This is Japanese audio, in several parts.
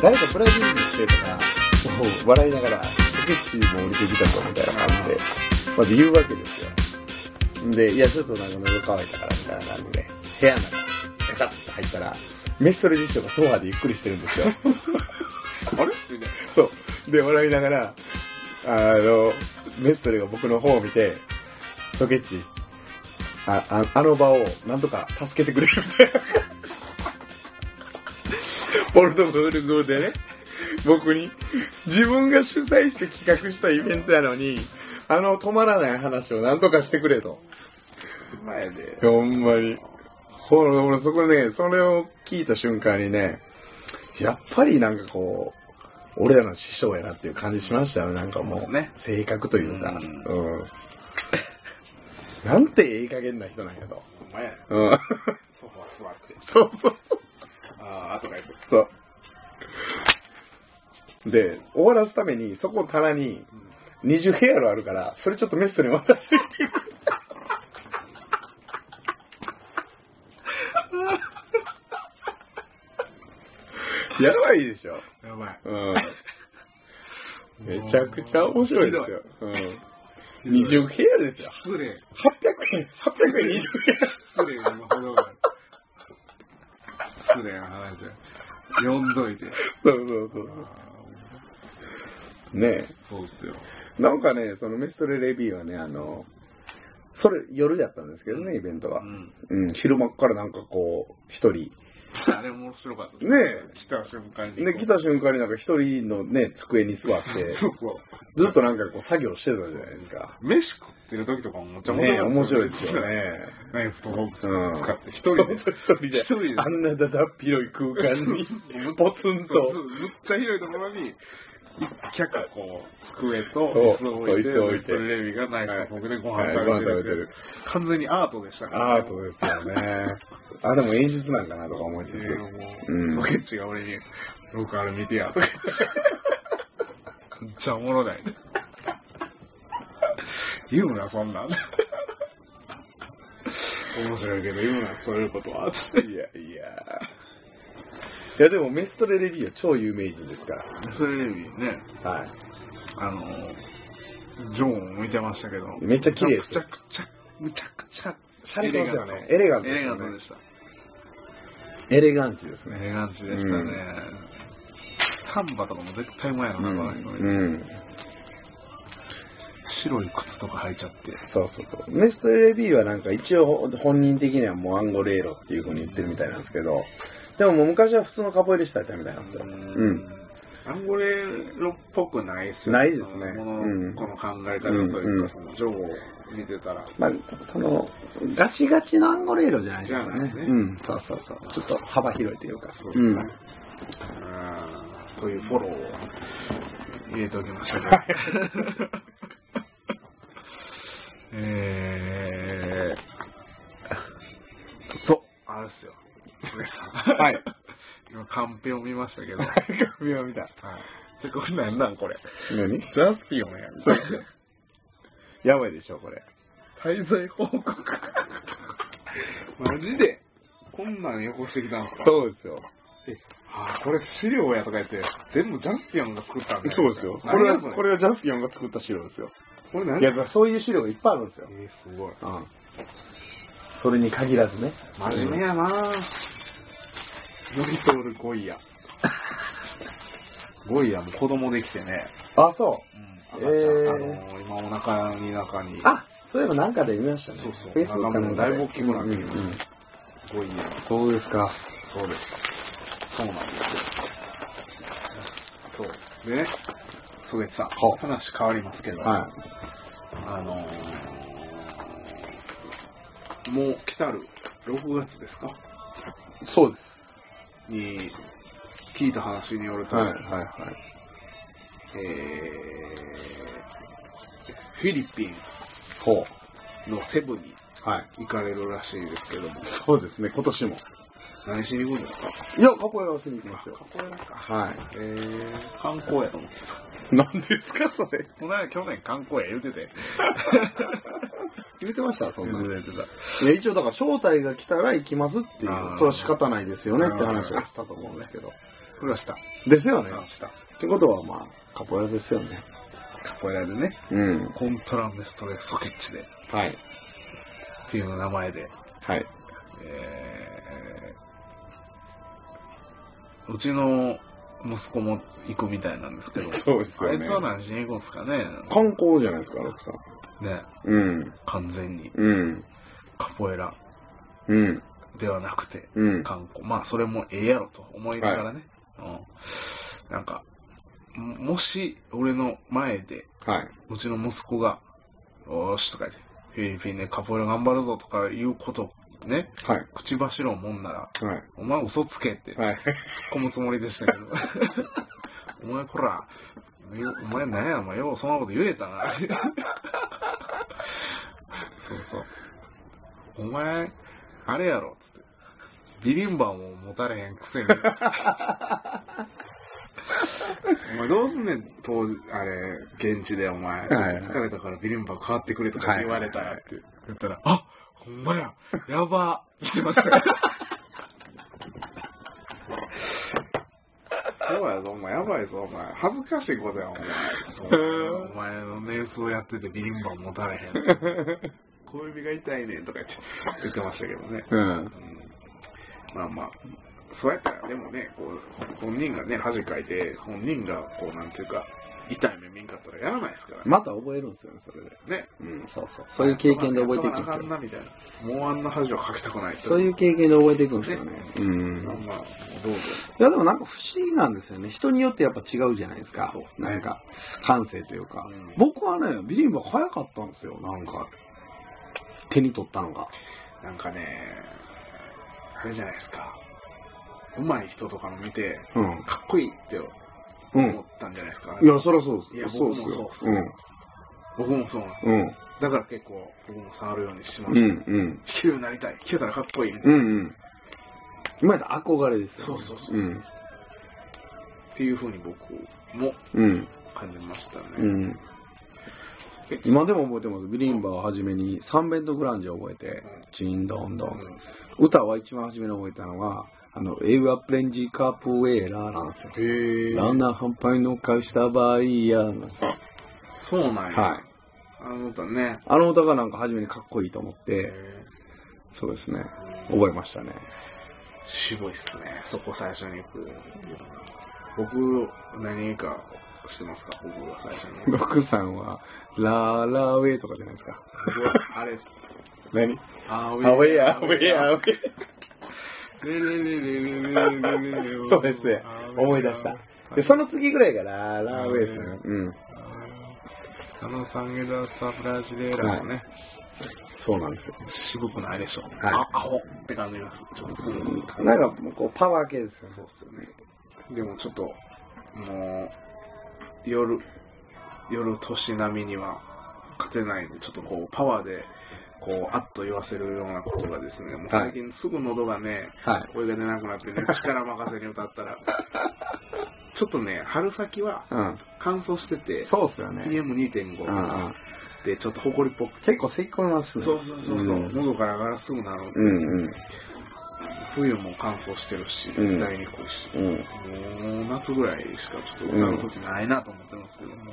誰かプライベートでしてとか、笑いながら、ポケッチも降りてきたぞみたいな感じで、まず言うわけですよ。で、いや、ちょっとなんか喉乾いたからみたいな感じで、部屋の中、ガチャッと入ったら、メストレディッシュがソファーでゆっくりしてるん ですよ。あれみたいな。そう。で、笑いながら、あの、メストレが僕の方を見て、ソケッチ、あああの場をなんとか助けてくれるみたいな 感じ。ポルトガル語でね、僕に、自分が主催して企画したイベントやのに、あの止まらない話をなんとかしてくれと。前で。ほんまに。ほら、俺そこでね、それを聞いた瞬間にね、やっぱりなんかこう、俺らの師匠やなっていう感じしましたよ、なんかもそう。うですね性格というか。ううん。なんてええ加減な人なんやと。お前やねうん。 ソファー座って。そうそうそう。ああ、後がやっそう。で、終わらすために、そこ棚に、20部屋あるから、それちょっとメストに渡してきて。 やばいでしょ。やばい。うん。めちゃくちゃ面白いですよ。うん。20部屋ですよ。失礼。 800円、800円20部屋。失礼なほどがある。失礼な話や。呼んどいて。そうそうそう。ねえ。そうっすよ。なんかね、そのメストレレビューはね、あの、それ夜やったんですけどね、イベントはう。ん。うん、昼間っからなんかこう、一人。あれ面白かったっすねえ来た瞬間に。で、来た瞬間になんか一人のね、机に座って、 そうそう。ずっとなんかこう作業してたじゃないですか。飯食ってる時とかもめっちゃねえ、面白面白いいですよ。ね。ナイフとフォークうん。使って、一人で。そうそう一人で。一人であんなだだっ広い空間にそうそ、うポツンそうとそ。うむっちゃ広いところに、キャカこう、机とそう椅子を置いて、そう椅子を置いてそれレビがナイフと僕でごは飯い食べご飯食てべるてる完全にアートでしたからねアートですよね。あ、でも演出なんかなとか思いつつ。うんポケッチが俺に、ロクあれ見てや、とか言って。めっちゃおもろない。言うな、そんなん。面白いけど言うな、そういうことは。つっていやいや。いやでもメストレレビューは超有名人ですかそれよりね、ら。はい。あの、ジョーンを見てましたけど。めっちゃ綺麗ですむちゃくちゃ、むちゃくちゃ、シャレてますよね。エレガントエでレすガよントでね。した。エレガンチですエね。レガントでしたね。サンバとかも絶対うまいのうな、んこの人。うん。白い靴とか履いちゃって。そうそうそう。メストレレビューはなんか一応本人的にはもうアンゴレーロっていう風に言ってるみたいなんですけど、でももう昔は普通のカポエリスタやったみたいなんですよ。うん。アンゴレーロっぽくないっすよないですねこの,、うんこの考え方とうんいううんか、その情報を見てたら、まあ、その、ガチガチのアンゴレーロじゃないですじゃかないね。ですねうん。そうそうそう。ちょっと幅広いというか。そうですねん。あーというフォローを入れておきましたね。 えー、そう、あれっすよ。はい。今、カンペを見ましたけど。はい。首を見た。で、これなんなんこれ。何ジャスピオンやん。やばいでしょ、これ。滞在報告。マジでこんなんよこしてきたんすかそうですよ。あーこれ資料やとか言って、全部ジャスピオンが作ったんだそうですよ。ここれれは、は、ここれれ、はジャスピオンが作った資料ですよ。これ何いや、そういう資料がいっぱいあるんですよ。えー、すごい。うん。それに限らずね。真面目やなぁ。ノリトールゴイヤ。 ゴイヤも子供できてね。あ、そうえん。ーあの、今お腹に中にう。、あ、そういえばなんかで見ましたね。そうそうフェイスブックなんかもうだいぶ大きくなってきましたゴイヤ。そうですか。そうです。そうなんですよ。そう。でね、ソゲツさん、ほう話変わりますけど、はあのーもう来たる6月ですかい。そうです。に聞いた話によると、はい、はい、はい。えー、フィリピほンのセブにう。はい。行かれるらしいですけども、そうですね、今年も。何しに行くんですかいや、カポエラをしに行きますよ。これなんか、はえー、観光やと思ってた。い。何ですか、それ。この間去年観光や言うてて。言ってました、そんな。てた。いや、一応だから、招待が来たら行きますっていあーう、それは仕方ないですよねって話をしたと思うんですけど。これはした。ですよね。これはした。ってことはまあ、カポエラですよね。カポエラでね、うん。コントラメストレソケッチで、はい。っていう名前で、はい。えー、うちの息子も行くみたいなんですけど、そうですよねあいつは何しに行くんですかね観光じゃないですか、ロクさん。ね、うん。完全にうん。カポエラうん。ではなくて、うん。観光。まあ、それもええやろと思いながらね。うん。なんか、ももし、俺の前で、はい。うちの息子が、おーしとか言って、フィリピンでカポエラ頑張るぞとかいうこと、ね、はい。口走ろうもんなら、はい。お前嘘つけって突っはい。込むつもりでしたけど。 お前こら、よお前なんや、お前ようそんなこと言えたな。 そうそう。お前、あれやろ、つって。ビリンバも持たれへんくせに。 お前どうすんねん、当時、あれ、現地でお前、ちょっはいと疲れたからビリンバ変わってくれとか言われたらって言ったら、あほんまや、やばーって言ってました。そうやぞ、お前、やばいぞ、お前。恥ずかしいことや、お前。そうお前のネースをやっててビリンバン持たれ へん。小指が痛いねんとか言って言ってましたけどね。うん。まあまあ、そうやったら、でもね、こう、本人がね、恥かいて、本人が、こう、なんていうか、痛い目見んかったらやらないですからね。また覚えるんですよね、それで。ね。うん、そうそう。そういう経験で覚えていやくっんとでかすなよ。あかんな、みたいな。もうあんな恥をかきたくない。そうう。いう経験で覚えていくんですよね。うんまあ。まあ、どうぞ。いやでもなんか不思議なんですよね。人によってやっぱ違うじゃないですか。そうですねなんか、感性というか。うん僕はね、ビリンバ早かったんですよ。なんか、手に取ったのが。なんかね、あれじゃないですか。上手い人とかの見て、うん。かっこいいってう思ん。ったんじゃないですか。いや、そりゃそうです。いやそ僕うもですそうよっ。す僕もそうなんですうよ。ん。だから結構、僕も触るようにしてまうん。うした。ん。うん。弾けるようになりたい。弾けたらかっこいい。うん。うん。今やったら憧れですそよ、うね。そううそう。ん。っていう風に僕もうん。感じましたね。うん。え今でも覚えてます。ビリンバをはじめに、サンベントグランジェ覚えて、チンドンドン。歌は一番初めに覚えたのは、あの、エウアプレンジカプエラなんですよ。へーランナー半端に乗っかした場合やなんですよそうなんや。はい。あの歌ね。あの歌がなんか初めにかっこいいと思っへて、ーそうですね。覚えましたね。渋いっすね。そこ最初に行く。僕、何かしてますか僕が最初ロに。クさんは、ラーラーウェイとかじゃないですか。僕はあれっす。 何アアウウェイアウェイアウウェイ。 ェそうですね。思い出した。で、その次ぐらいがラーラーウェイですね。うん。あのサンゲダサブラジレーラーのね、そうなんですよ。渋くないでしょ。はいあ、アホって感じがすちょっとする。なんか、こう、パワー系ですよね。そうっすよね。でもちょっと、もう、夜、夜年並みには勝てないんで、ちょっとこう、パワーで、こう、あっと言わせるようなことがですね、もう最近すぐ喉がね、はい。声が出なくな ってね、力任せに歌ったら、ちょっとね、春先はうん。乾燥してて、そうっすよね。うんう PM2.5 ん。でちょっと埃っぽくて、結構せっこいますね。そうそうそうそう、うん喉からガラすぐなるんですうよ、んうん。冬も乾燥してるし、うん歌いにくいし、うん。もう夏ぐらいしかちょっと歌う時ないなと思ってますけども、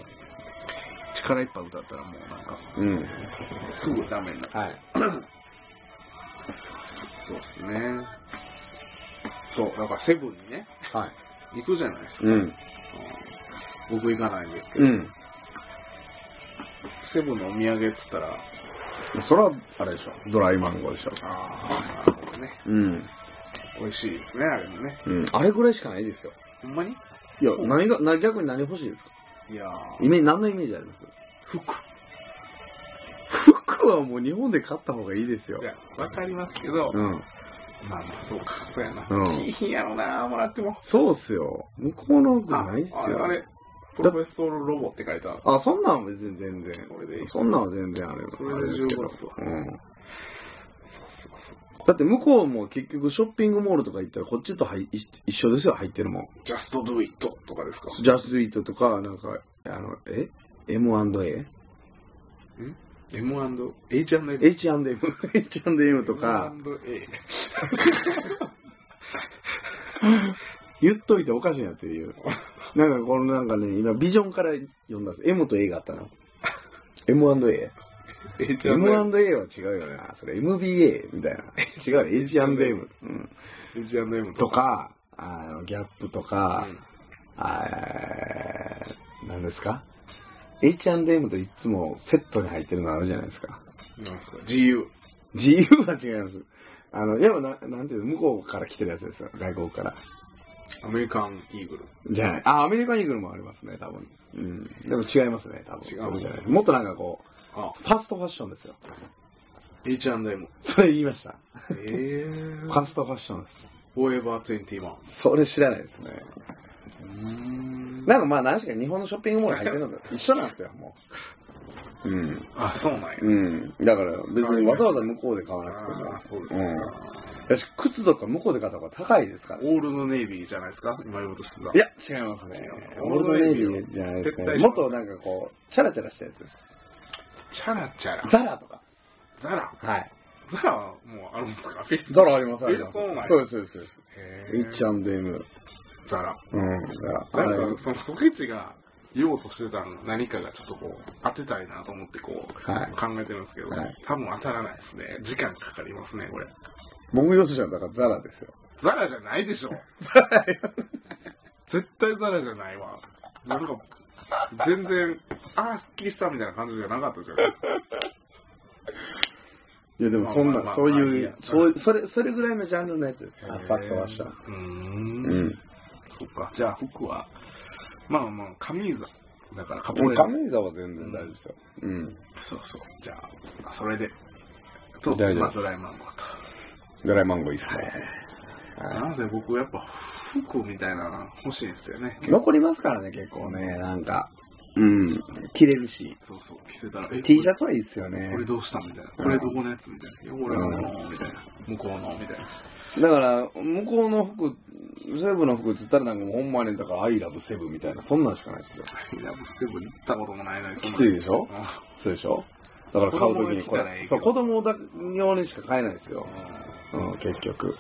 力いっぱい歌ったらもうなんか、うん。すぐダメになはる。い。そうですね。そう、だからセブンにね、はい。行くじゃないですか。うん。僕行かないんですけど、うん。セブンのお土産っつったら、それは、あれでしょ。ドライマンゴーでしょ。ああ、なるほどね。うん。美味しいですね、あれもね。うん。あれぐらいしかないですよ。ほんまにいやそ、う何が、な逆に何欲しいですかいやイメージ、何のイメージあります服。服はもう日本で買った方がいいですよい。や、わかりますけど、うん。まあまあ、そうか、そうやな。うんいいんやろな、もらっても。そうっすよ。向こうの服ないっすよ。ああれ、プロフェッソールロボって書いた。あ、そんなんは別に全然。それでいいっすそんなんは全然あれそれであれですけど。十分っすわうん。そうそうそう。だって向こうも結局ショッピングモールとか行ったらこっちとはい一一緒ですよ、入ってるもん。 just do it とかですかジャスイートとか、なんか、あの、え ?M&A?H&M? ?M&A? H&M? H&M とか、 M&A。言っといておかしいなっていう。なんかこのなんかね、今ビジョンから読んだんです。M と A があったな。M&A。えじゃあ、ね、 M&A は違うよな。それ MBA みたいな。 違うよ。H&M。うん。 H&M ととか。か、あの、ギャップとか、うんあー何ですか ?H&M といつもセットに入ってるのあるじゃないですか。なんすか、GU。自由は違います。あの、やっぱな、なんていうの、向こうから来てるやつですよ。外国から。アメリカンイーグル。じゃない。あ、アメリカンイーグルもありますね、多分。うん。でも違いますね、多分。違うそうじゃないですもっとなんかこう、あ、ファストファッションですよ。 H&M。それ言いました。えーフ。ァストファッションです。フォーエバー21。それ知らないですね。うん。なんかまあ、確かに日本のショッピングモール入ってるのと一緒なんですよ、もう。うん。あ、そうなんや。うん。だから別にわざわざ向こうで買わなくても。あーそうですねうん。だし、靴とか向こうで買った方が高いですから。オールドネイビーじゃないですか今言おうとしてた。いや、違いますね。オールドネイビーじゃないですね。もっとなんかこう、チャラチャラしたやつです。チャラチャラ。ザラとか。ザラ。はい。ザラはもうあるんですかフィリピ ンザラあります、あえります。そうなんやそうです、そうですそうです。へー H&M。ザラ。うん、ザラ。あなんれか、そのソケチが言おうとしてたの何かがちょっとこう、当てたいなと思ってこう、はい考えてるんですけど、はい多分当たらないですね。時間かかりますね、これ。僕よしじゃん、だからザラ ですよ。ザラじゃないでしょ。絶対ザラじゃないわ。なんか、全然、ああ、すっきりしたみたいな感じじゃなかったじゃないですか。いや、でもそんまあまあな、まあそうまあいいいやう、そう、それ、それぐらいのジャンルのやつですよ。あファストファッション。うーん。うん。そっか。じゃあ、服は、まあまあ、神座。だから、カポ俺、レラ軽井沢は全然大丈夫ですよ。うん。そうそう。じゃあ、それで。と、大丈夫まあ、ですドライマンゴーと。ドライマンゴーいいっすね。なので僕やっぱ服みたいなの欲しいんですよね。残りますからね、結構ね、なんか。うん。着れるし。そうそう、着てたら、え、 T シャツはいいっすよねこれ。どうしたみたいな。これどこのやつみたいな。汚れはこのみたいな。向こうのみたいだな。から、向こうの服、セブの服っつったらなんかもうほんまに、だから、アイラブセブみたいな、そんなんしかないっすよ。いや、もうセブン行ったこともないのに。きついでししょそうでしょだから買うときにこ子供が着たらいいけれ。どそう、子供だ用にしか買えないですよ。うん、結局。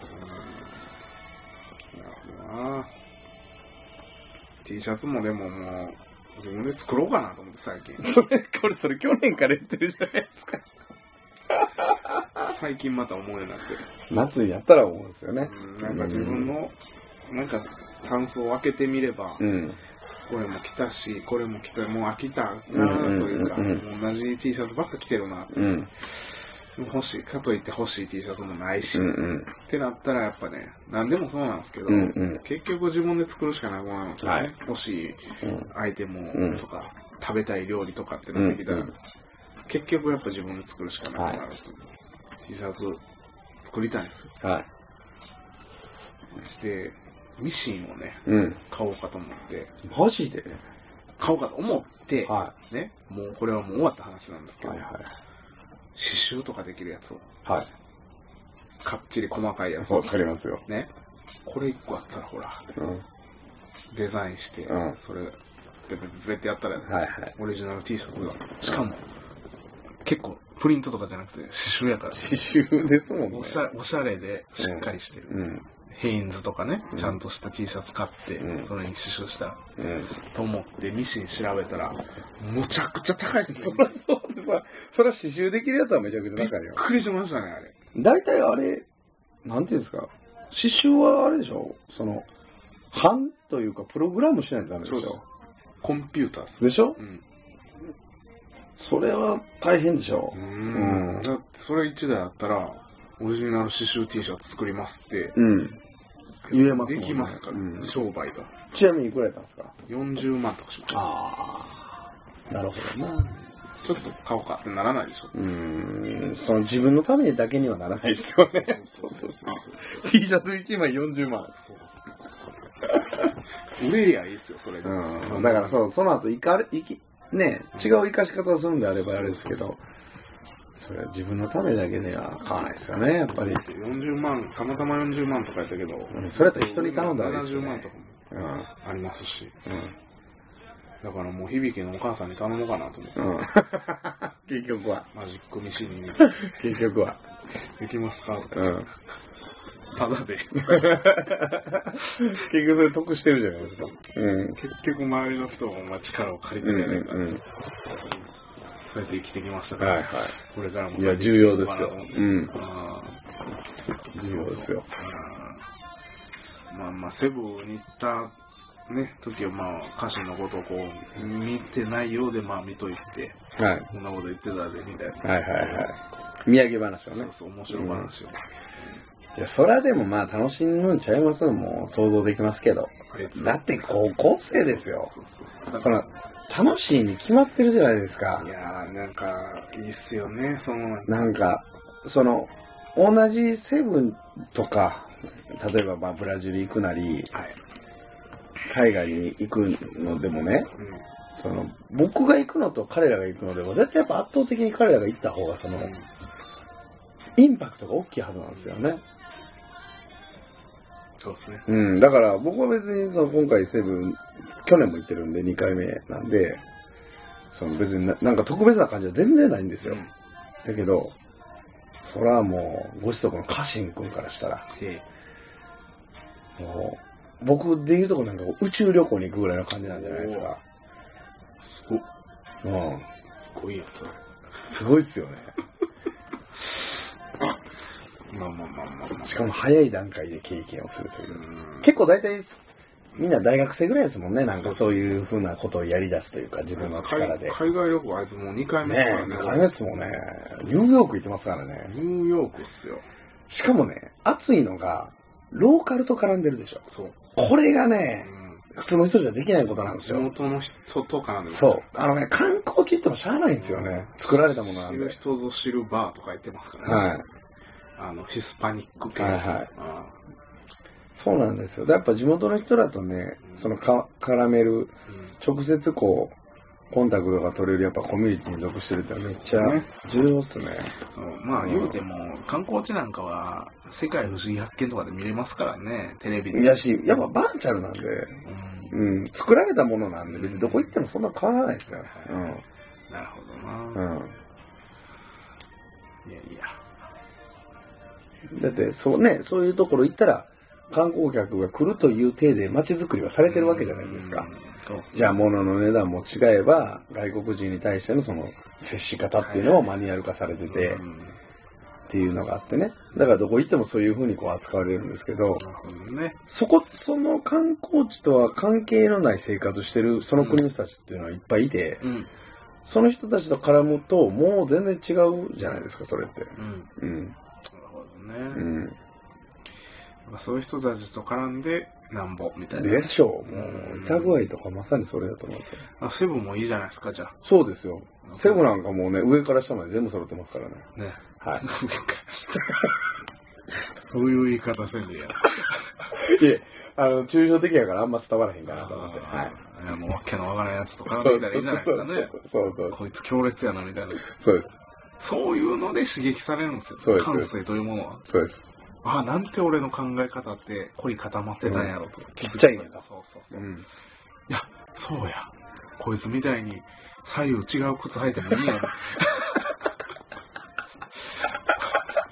ああ。T シャツもでももう、自分で作ろうかなと思って最近。それ、 これ、それ去年から言ってるじゃないですか。最近また思うようになって。夏にやったら思うんですよねうん。なんか自分。の、なんか、単ンスを開けてみれば、うん。これも着たし、これも着た、もう飽きたなあというか、うんうんうんもう同じ T シャツばっか着てるな。うん。欲しい、かといって欲しい T シャツもないし、うん。っうん。てなったらやっぱね、何でもそうなんですけど、うん。うん。結局自分で作るしかなくなるんですよね。はい欲しいうんアイテムうんをとか、食べたい料理とかってなってきたら、うんうん結局やっぱ自分で作るしかなくなると思う、T シャツ作りたいんですよ。はい。で、ミシンをね、うん。買おうかと思って、マジで買おうかと思って、はね、もうこれはもう終わった話なんですい。けど、はいは刺繍とかできるやつを、い。はい。かっちり細かいやつわを、かりますよ。ね、これ一個あったらほら、うん。デザインして、うんそれ、ペペペペってやったら、はいはい。オリジナル T シャツが、しかも、結構、プリントとかじゃなくて、刺繍やから、刺繍ですもんねお。しゃおしゃれで、しっかりしてる。うん。ヘインズとかね、んちゃんとした T シャツ買って、うんそれに刺繍したら、うん。と思ってミシン調べたら、むちゃくちゃ高いっすそね。りゃそうでさ、そりゃ刺繍できるやつはめちゃくちゃびっ高いよ。くりしましたね、あれ。大体あれ、なんていうんですか、刺繍はあれでしょその、版というかプログラムしないとダメでしそうそょコンピューターっすでね。しょうん。それは大変でしょうんうんだってそれ一台あったら、オリジナル刺繍 T シャツ作りますって、うん。言えますもんでねきますから、うん商売が。ちなみにいくらやったんですか40万とかします。ああ。なるほどな。ちょっと買おうかってならないでしょ。うーん。その自分のためだけにはならないですよね。そうそうそう。T シャツ1枚40万。売れりゃいいっすよ、それで。うん。だからそう、その後、いかれ、いき、ね、違う生かし方をするんであればあれですけど、それは自分のためだけでは買わないですよね、やっぱり。 40万、たまたま40万とかやったけど、うんそれやったら人に頼んだらいいですよ70ね万とかもうん。ありますし、だからもう響のお母さんに頼もうかなと思って、うん。うん。 結局は。 マジックミシンに結局は。できますかとか、うん。ただ で。結局それ得してるじゃないですか。うん。結局周りの人もまあ力を借りうてんるやないかうんうん。そうやって生きてきましたはいはね。これからもい。いそうや、って重要ですよ。生きていこうん。うかなと思って重要ですよ。うんまあまあ、セブに行った、ね、時はまあ、歌手のことをこう、見てないようで、まあ見といて、はい。こんなこと言ってたで、みたいな。はいはいはい。土産話をそねう。そう、面白い話を。いや、そらでもまあ楽しむんちゃいますのもう想像できますけど。別だって高校生ですよ。そうそうそう。その、楽しいに決まってるじゃないですかい。やー、なんか、いいっすよね、その、なんか、その、同じセブンとか、例えばまあブラジル行くなり、はい。海外に行くのでもね、うん。その、僕が行くのと彼らが行くのでも、絶対やっぱ圧倒的に彼らが行った方が、その、インパクトが大きいはずなんですよね。そうですね。うん、だから僕は別にその今回セブン、去年も行ってるんで2回目なんで、その別にななんか特別な感じは全然ないんですよ。うんだけど、そらもう、ご子息の家臣君からしたら、で、もう、僕でいうとこなんかこう宇宙旅行に行くぐらいの感じなんじゃないですか。すご、うん。すごいやつだ。すごいっすよね。まあまあまあまあまあ。しかも早い段階で経験をするというう。ん。結構大体す、みんな大学生ぐらいですもんね。なんかそういう風なことをやり出すというか、自分の力で。海海外旅行あいつもう2回目ねですからえ、ね。 2回目ですもんね。ニューヨーク行ってますからね。ニューヨークっすよ。しかもね、暑いのが、ローカルと絡んでるでしょ。そう。これがうね、ん。普通の人じゃできないことなんです地よ。元の人とかなんですそう。あのね、観光地行ってもしゃあないんですよね。作られたものな知んるで。人ぞ知るバーとか言ってますからね。はい。あの、ヒスパニック系。はいはいあそうなんですよ。やっぱ地元の人だとね、そのか、絡める、ーうん直接こう、コンタクトが取れるやっぱコミュニティに属してるってのはめっちゃ重要っすね。そうまあ、うん言うても、観光地なんかは、世界不思議発見とかで見れますからね、テレビで。いやし、やっぱバーチャルなんで、うんうん、作られたものなんで、別にどこ行ってもそんな変わらないですよ。なるほうどな。ん。いやいや。うん。だって、そうね、そういうところ行ったら、観光客が来るという体で街づくりはされてるわけじゃないですかう。ん。そうじゃあ、物の値段も違えば、外国人に対してのその、接し方っていうのもマニュアル化されててう、んっていうのがあってね。だからどこ行ってもそういう風にこう扱われるんですけど、なるほどね。そこ、その観光地とは関係のない生活してる、その国の人たちっていうのはいっぱいいて、うん。その人たちと絡むと、もう全然違うじゃないですか、それって。うん。うん。なるほどうね。ん。まあそういう人たちと絡んで、なんぼ、みたいな。でしょう。もう、板具合とかまさにそれだと思うんですよ。あセブンもいいじゃないですか、じゃそうですよ。セブなんかもうね、上から下まで全部揃ってますからね。あ。ね。は上から下。そういう言い方せんでや。い。いえ、あの、抽象的やからあんま伝わらへんかなと思って。はい。いや、もうわけのわからんやつと絡そんでうみたらいいじゃないですそかうね。そうそう。こいつ強烈やな、みたいな。そうです。そういうので刺激されるんですよ。そうです感性というものは。そうです。あ、なんて俺の考え方って凝り固まってたんやろと。ちっちゃいのだそうそうそうう。いん。や、そうや。こいつみたいに左右違う靴履いてもいいやろ。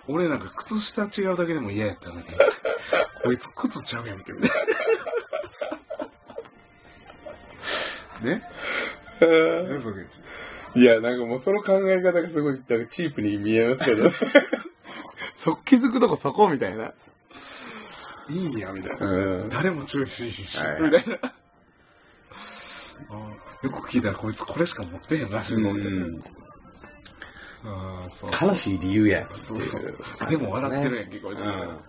俺なんか靴下違うだけでも嫌やったのに、こいつ靴ちゃうやんけ、み たいな。ねねそれいや、なんかもうその考え方がすごい、なんかチープに見えますけど。そ、気づくとこそこみたいな。いいんや、みたいな。うん。誰も注意しひんし、はいみたいな。うんよく聞いたらこいつこれしか持ってへんらしいのって。うんああ、そう。悲しい理由やんってい。そうそう。でも笑ってるやんけ、こいつ。うん。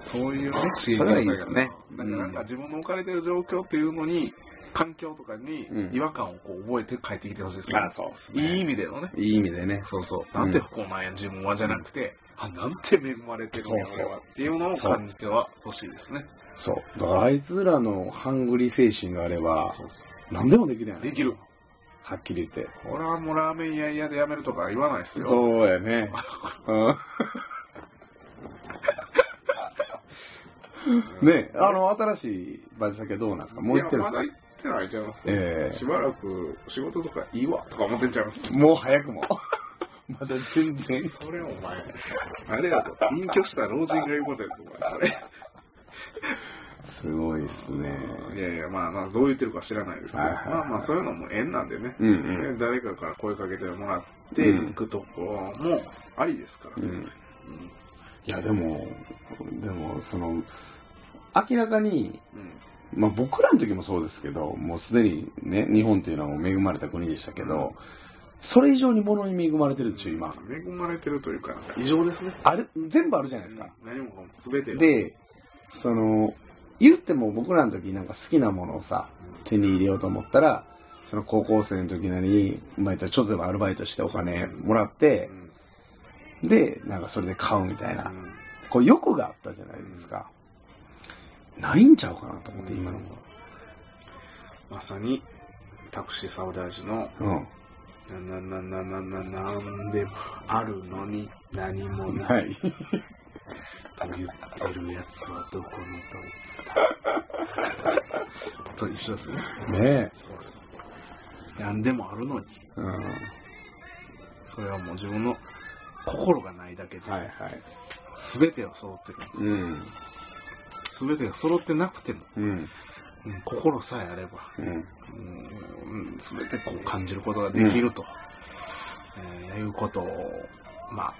そういうね、それはいいですねだからなんか自分の置かれてる状況っていうのに、環境とかにうん違和感をこう覚えて帰ってきてほしいですね。あそうっすねいい意味でのね。いい意味でね。そうそう。なんて不幸なんや、自分はじゃなくて、あ、なんて恵まれてるんや、そうそう俺は。っていうのを感じてはほしいですね。そう。だからあいつらのハングリー精神があれば、そうそ何でもできるやん。う。できる。はっきり言って。俺はもうラーメン屋嫌でやめるとか言わないっすよ。そうや ね。うん。ねあの、新しいバイト先はどうなんですかもう行ってるんいでやすまだか行ってないちゃいます、ええしばらく仕事とかいいわとか思ってんちゃいます。もう早くも。 まだ全然。それお前、あれだぞ。隠居した老人が言うことやぞ、お前、すごいっすね。それ。いやいや、まあまあ、どう言ってるか知らないですけど、はいはいはいまあまあ、そういうのも縁なんでね。うんうん。で誰かから声かけてもらって、うん行くとこもありですから、全然。いや、でも、でも、その、明らかに、うん。うんまあ僕らの時もそうですけど、もうすでにね、日本っていうのはもう恵まれた国でしたけど、それ以上に物に恵まれてるでしょ、今。恵まれてるというか、異常ですね。ある、全部あるじゃないですか。何もかも全てが、で、その、言っても僕らの時なんか好きなものをさ、手に入れようと思ったら、その高校生の時なりに、まあ言ったらちょっとでもアルバイトしてお金もらっうて、んで、なんかそれで買うみたいうな。んこう欲があったじゃないですか。ないんちゃうかなと思って、今のも。まさに、タクシーサウダージの、うん。なななななななんでもあるのに何もないい。と言ってるやつはどこのどいつだと一緒ですね。ねえ。そうです。何でもあるのに、うん。はそれはもう自分の心がないだけでい、はい。全ては揃ってるんです。うん。全てが揃ってなくても、うん。うん心さえあれば、うん。うん、全てこう感じることができると、えーいうことを、まあ、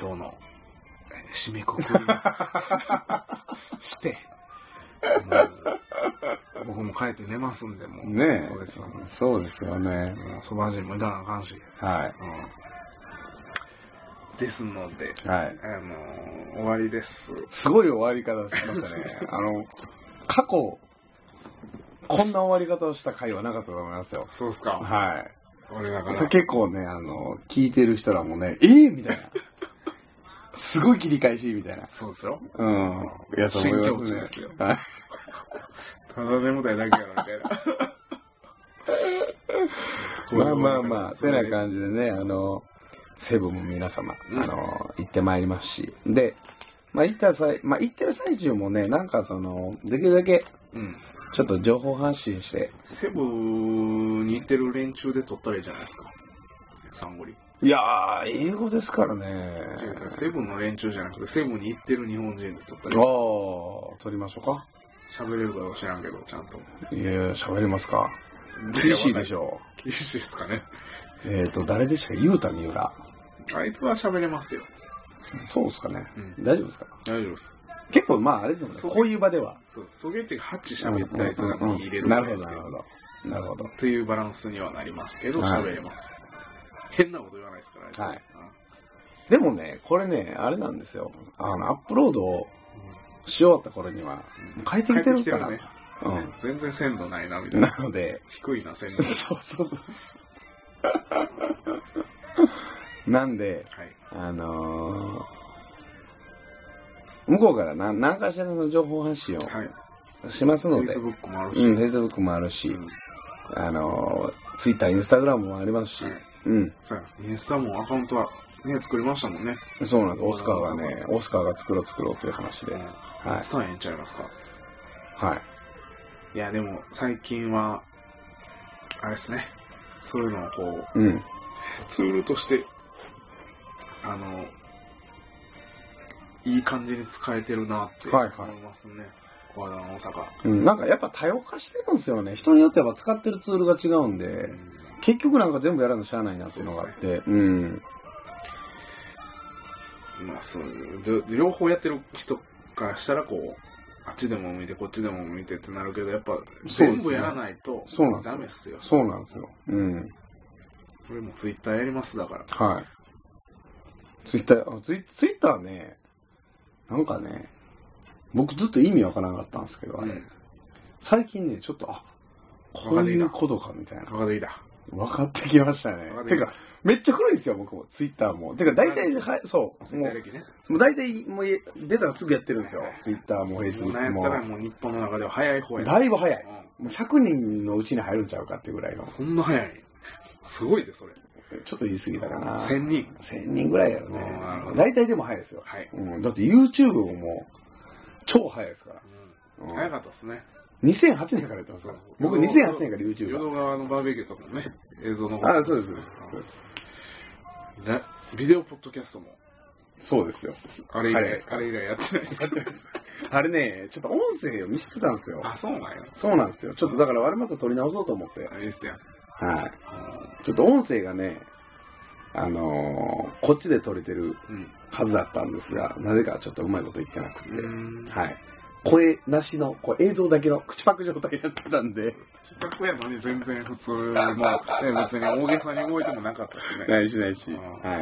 今日のえー締めくくりをして、もう僕も帰って寝ますんで、もう。ねえそうです。もうそうですよね。そば人も行かなあかんし。はうんですので、い。はい。あのー終わりです。すごい終わり方しましたね。あの、過去、こんな終わり方をした回はなかったと思いますよ。そうですか。は俺だかい。ら。結構ね、あの、聞いてる人らもね、ええみたいな。すごい切り返しみたいな。そうですよ。うん。いや、と思いますね新境地ですよはい。ただ眠たいだけやろ、みたいな。 まあまあまあ、てな感じでね、あの、セブンも皆様、うんあの、行ってまいりますし。で、まあ行った際、まあ行ってる最中もね、なんかその、できるだけ、うん。ちょっと情報発信して。セブに似てる連中で撮ったらいいじゃないですか。サンゴリ。いやー、英語ですからね。セブの連中じゃなくて、セブに行ってる日本人で撮ったあらいい。ー、撮りましょうか。喋れるかどうか知らんけど、ちゃんと。いやいや、喋れますか。TC でしょ。ょ。厳しいっすかね。えっ、ー、と、誰でしたか言うた三浦。あいつは喋れますよ。そうですかね。うん大丈夫ですか大丈夫っす。結構、まあ、あれですよね。そうこういう場では。そう、ソゲッチが8喋ったやつらに入れるなわるけほでど、すなけるほど。ど。なるほど。というバランスにはなりますけど、はい喋れます。変なこと言わないですから、あいつはいでもね、これね、あれなんですよ。あの、アップロードをし終わった頃には、変えてうんきてる帰かっら。てきてるね。全然鮮度ないな、みうたん。いな。なので、低いな、鮮度。そうそうそう。 なんで、はい。あのー向こうから何何かしらの情報発信はい。をしますので、 Facebook もあるし。うん、Facebook もあるし、うんあのー、Twitter、Instagram もありますし、はいうん、さあ、インスタもアカウントはね、作りましたもんね。そうなんです。オスカーがね、オスカーが作ろう作ろうという話で、うはんい、インスタええんちゃいますかはい。いや、でも、最近は、あれですね。そういうのをこう、うん、ツールとして、あの、いい感じに使えてるなってはい思はいいますね。小和田の大阪。うん、なんかやっぱ多様化してるんですよね。人によっては使ってるツールが違うんで、結局なんか全部やらなしゃあないなっていうのがあって、うん。まあ、そう、で両方やってる人からしたら、こう、あっちでも見て、こっちでも見てってなるけど、やっぱ、すね全部やらないとそうなんですよダメっすよ。そうなんですよ。うん。俺もツイッターやりますだから。はい。ツイッター、あツイツイッターね、なんかね、僕ずっと意味わからなかったんですけど、あれうん最近ね、ちょっと、あ、こういうことかみたいな。赤でいいだ。分かってきましたね分かっ。ててきたか、めっちゃ古いんですよ、僕も。ツイッターも。てか、大体、はい、そう。ももう、う、歴ね。もう大体、もう、出たらすぐやってるんですよ。ツイッターも、フェイスブもうなッんやクっもた。らもう日本の中では早い方や。だいぶ早い。うもう100人のうちに入るんちゃうかっていうぐらいのん。そんな早い。すごいで、それ。ちょっと言い過ぎたかな。 1000人。 1000人ぐらいやろあーなるほね。ど大体でも早いですよ。はい。うん、だって YouTube ももう、超早いですから。うんうん早かったですね。 2008年からやってますから。僕2008年から淀 YouTube。川のバーベキューとかもね、映像の方ああ、そうです。そうです。なビデオポッドキャストも、そうですよ。 あれ以はい来、あれ以来やってないですかあれね、ちょっと音声を見せてたんですよ。あ、そうなんや。そうなんですよ。ちょっとだから我また撮り直そうと思って。あれですよ。はい。ちょっと音声がね、あのーこっちで撮れてるうん。はずだったんですが、なぜかちょっとうまいこと言ってなくて。うん。はい。声なしの、こう映像だけの口パク状態になってたんで、企画やのに全然普通の、まあ、ね別に大げさに動いてもなかったしね。ないしないし。は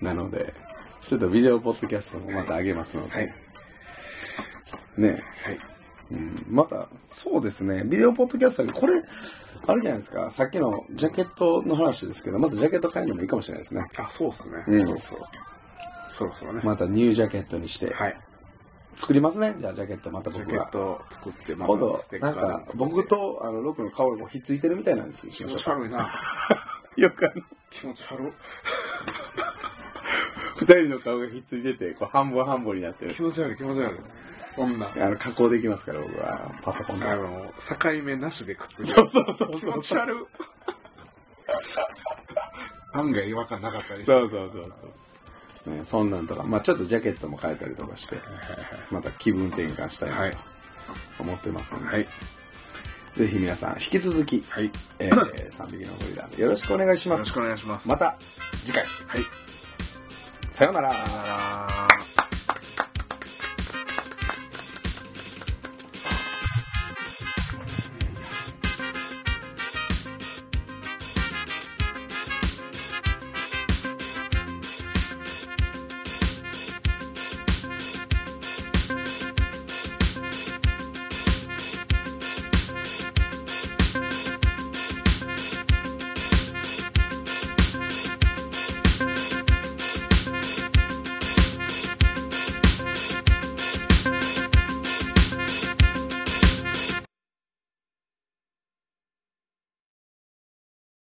い。なので、ちょっとビデオポッドキャストもまた上げますので。はいねうん、また、そうですね、ビデオポッドキャストだけどこれ、あれじゃないですか、さっきのジャケットの話ですけど、またジャケット買えるのもいいかもしれないですね。あ、そうっすね。うんそろそろ。そろそろね。またニュージャケットにして、はい。作りますね、じゃあジャケットまたジャ僕ケッが。トを作って、ま今度たステ、ッカなーんでもか、僕と、あの、ロックの顔もひっついてるみたいなんですよ。気持ち悪いな。 よくあの、気持ち悪い。二人の顔がひっついてて、こう、半分半分になってる。気持ち悪い、気持ち悪い。そんな。あの、加工できますから、僕は、パソコンであ。の、境目なしでくっついてそうそうそうそう気持ち 悪い。案外違和感なかったりして。そうそうそうそう。ね、そんなんとか、まあちょっとジャケットも変えたりとかして、また気分転換したいはないと。思ってますんで、はい。ぜひ皆さん引き続き、はい。よえー、3匹のゴリラよろしくお願いしまろす。しくお願いします。また次回、はい。さようなら。さよなら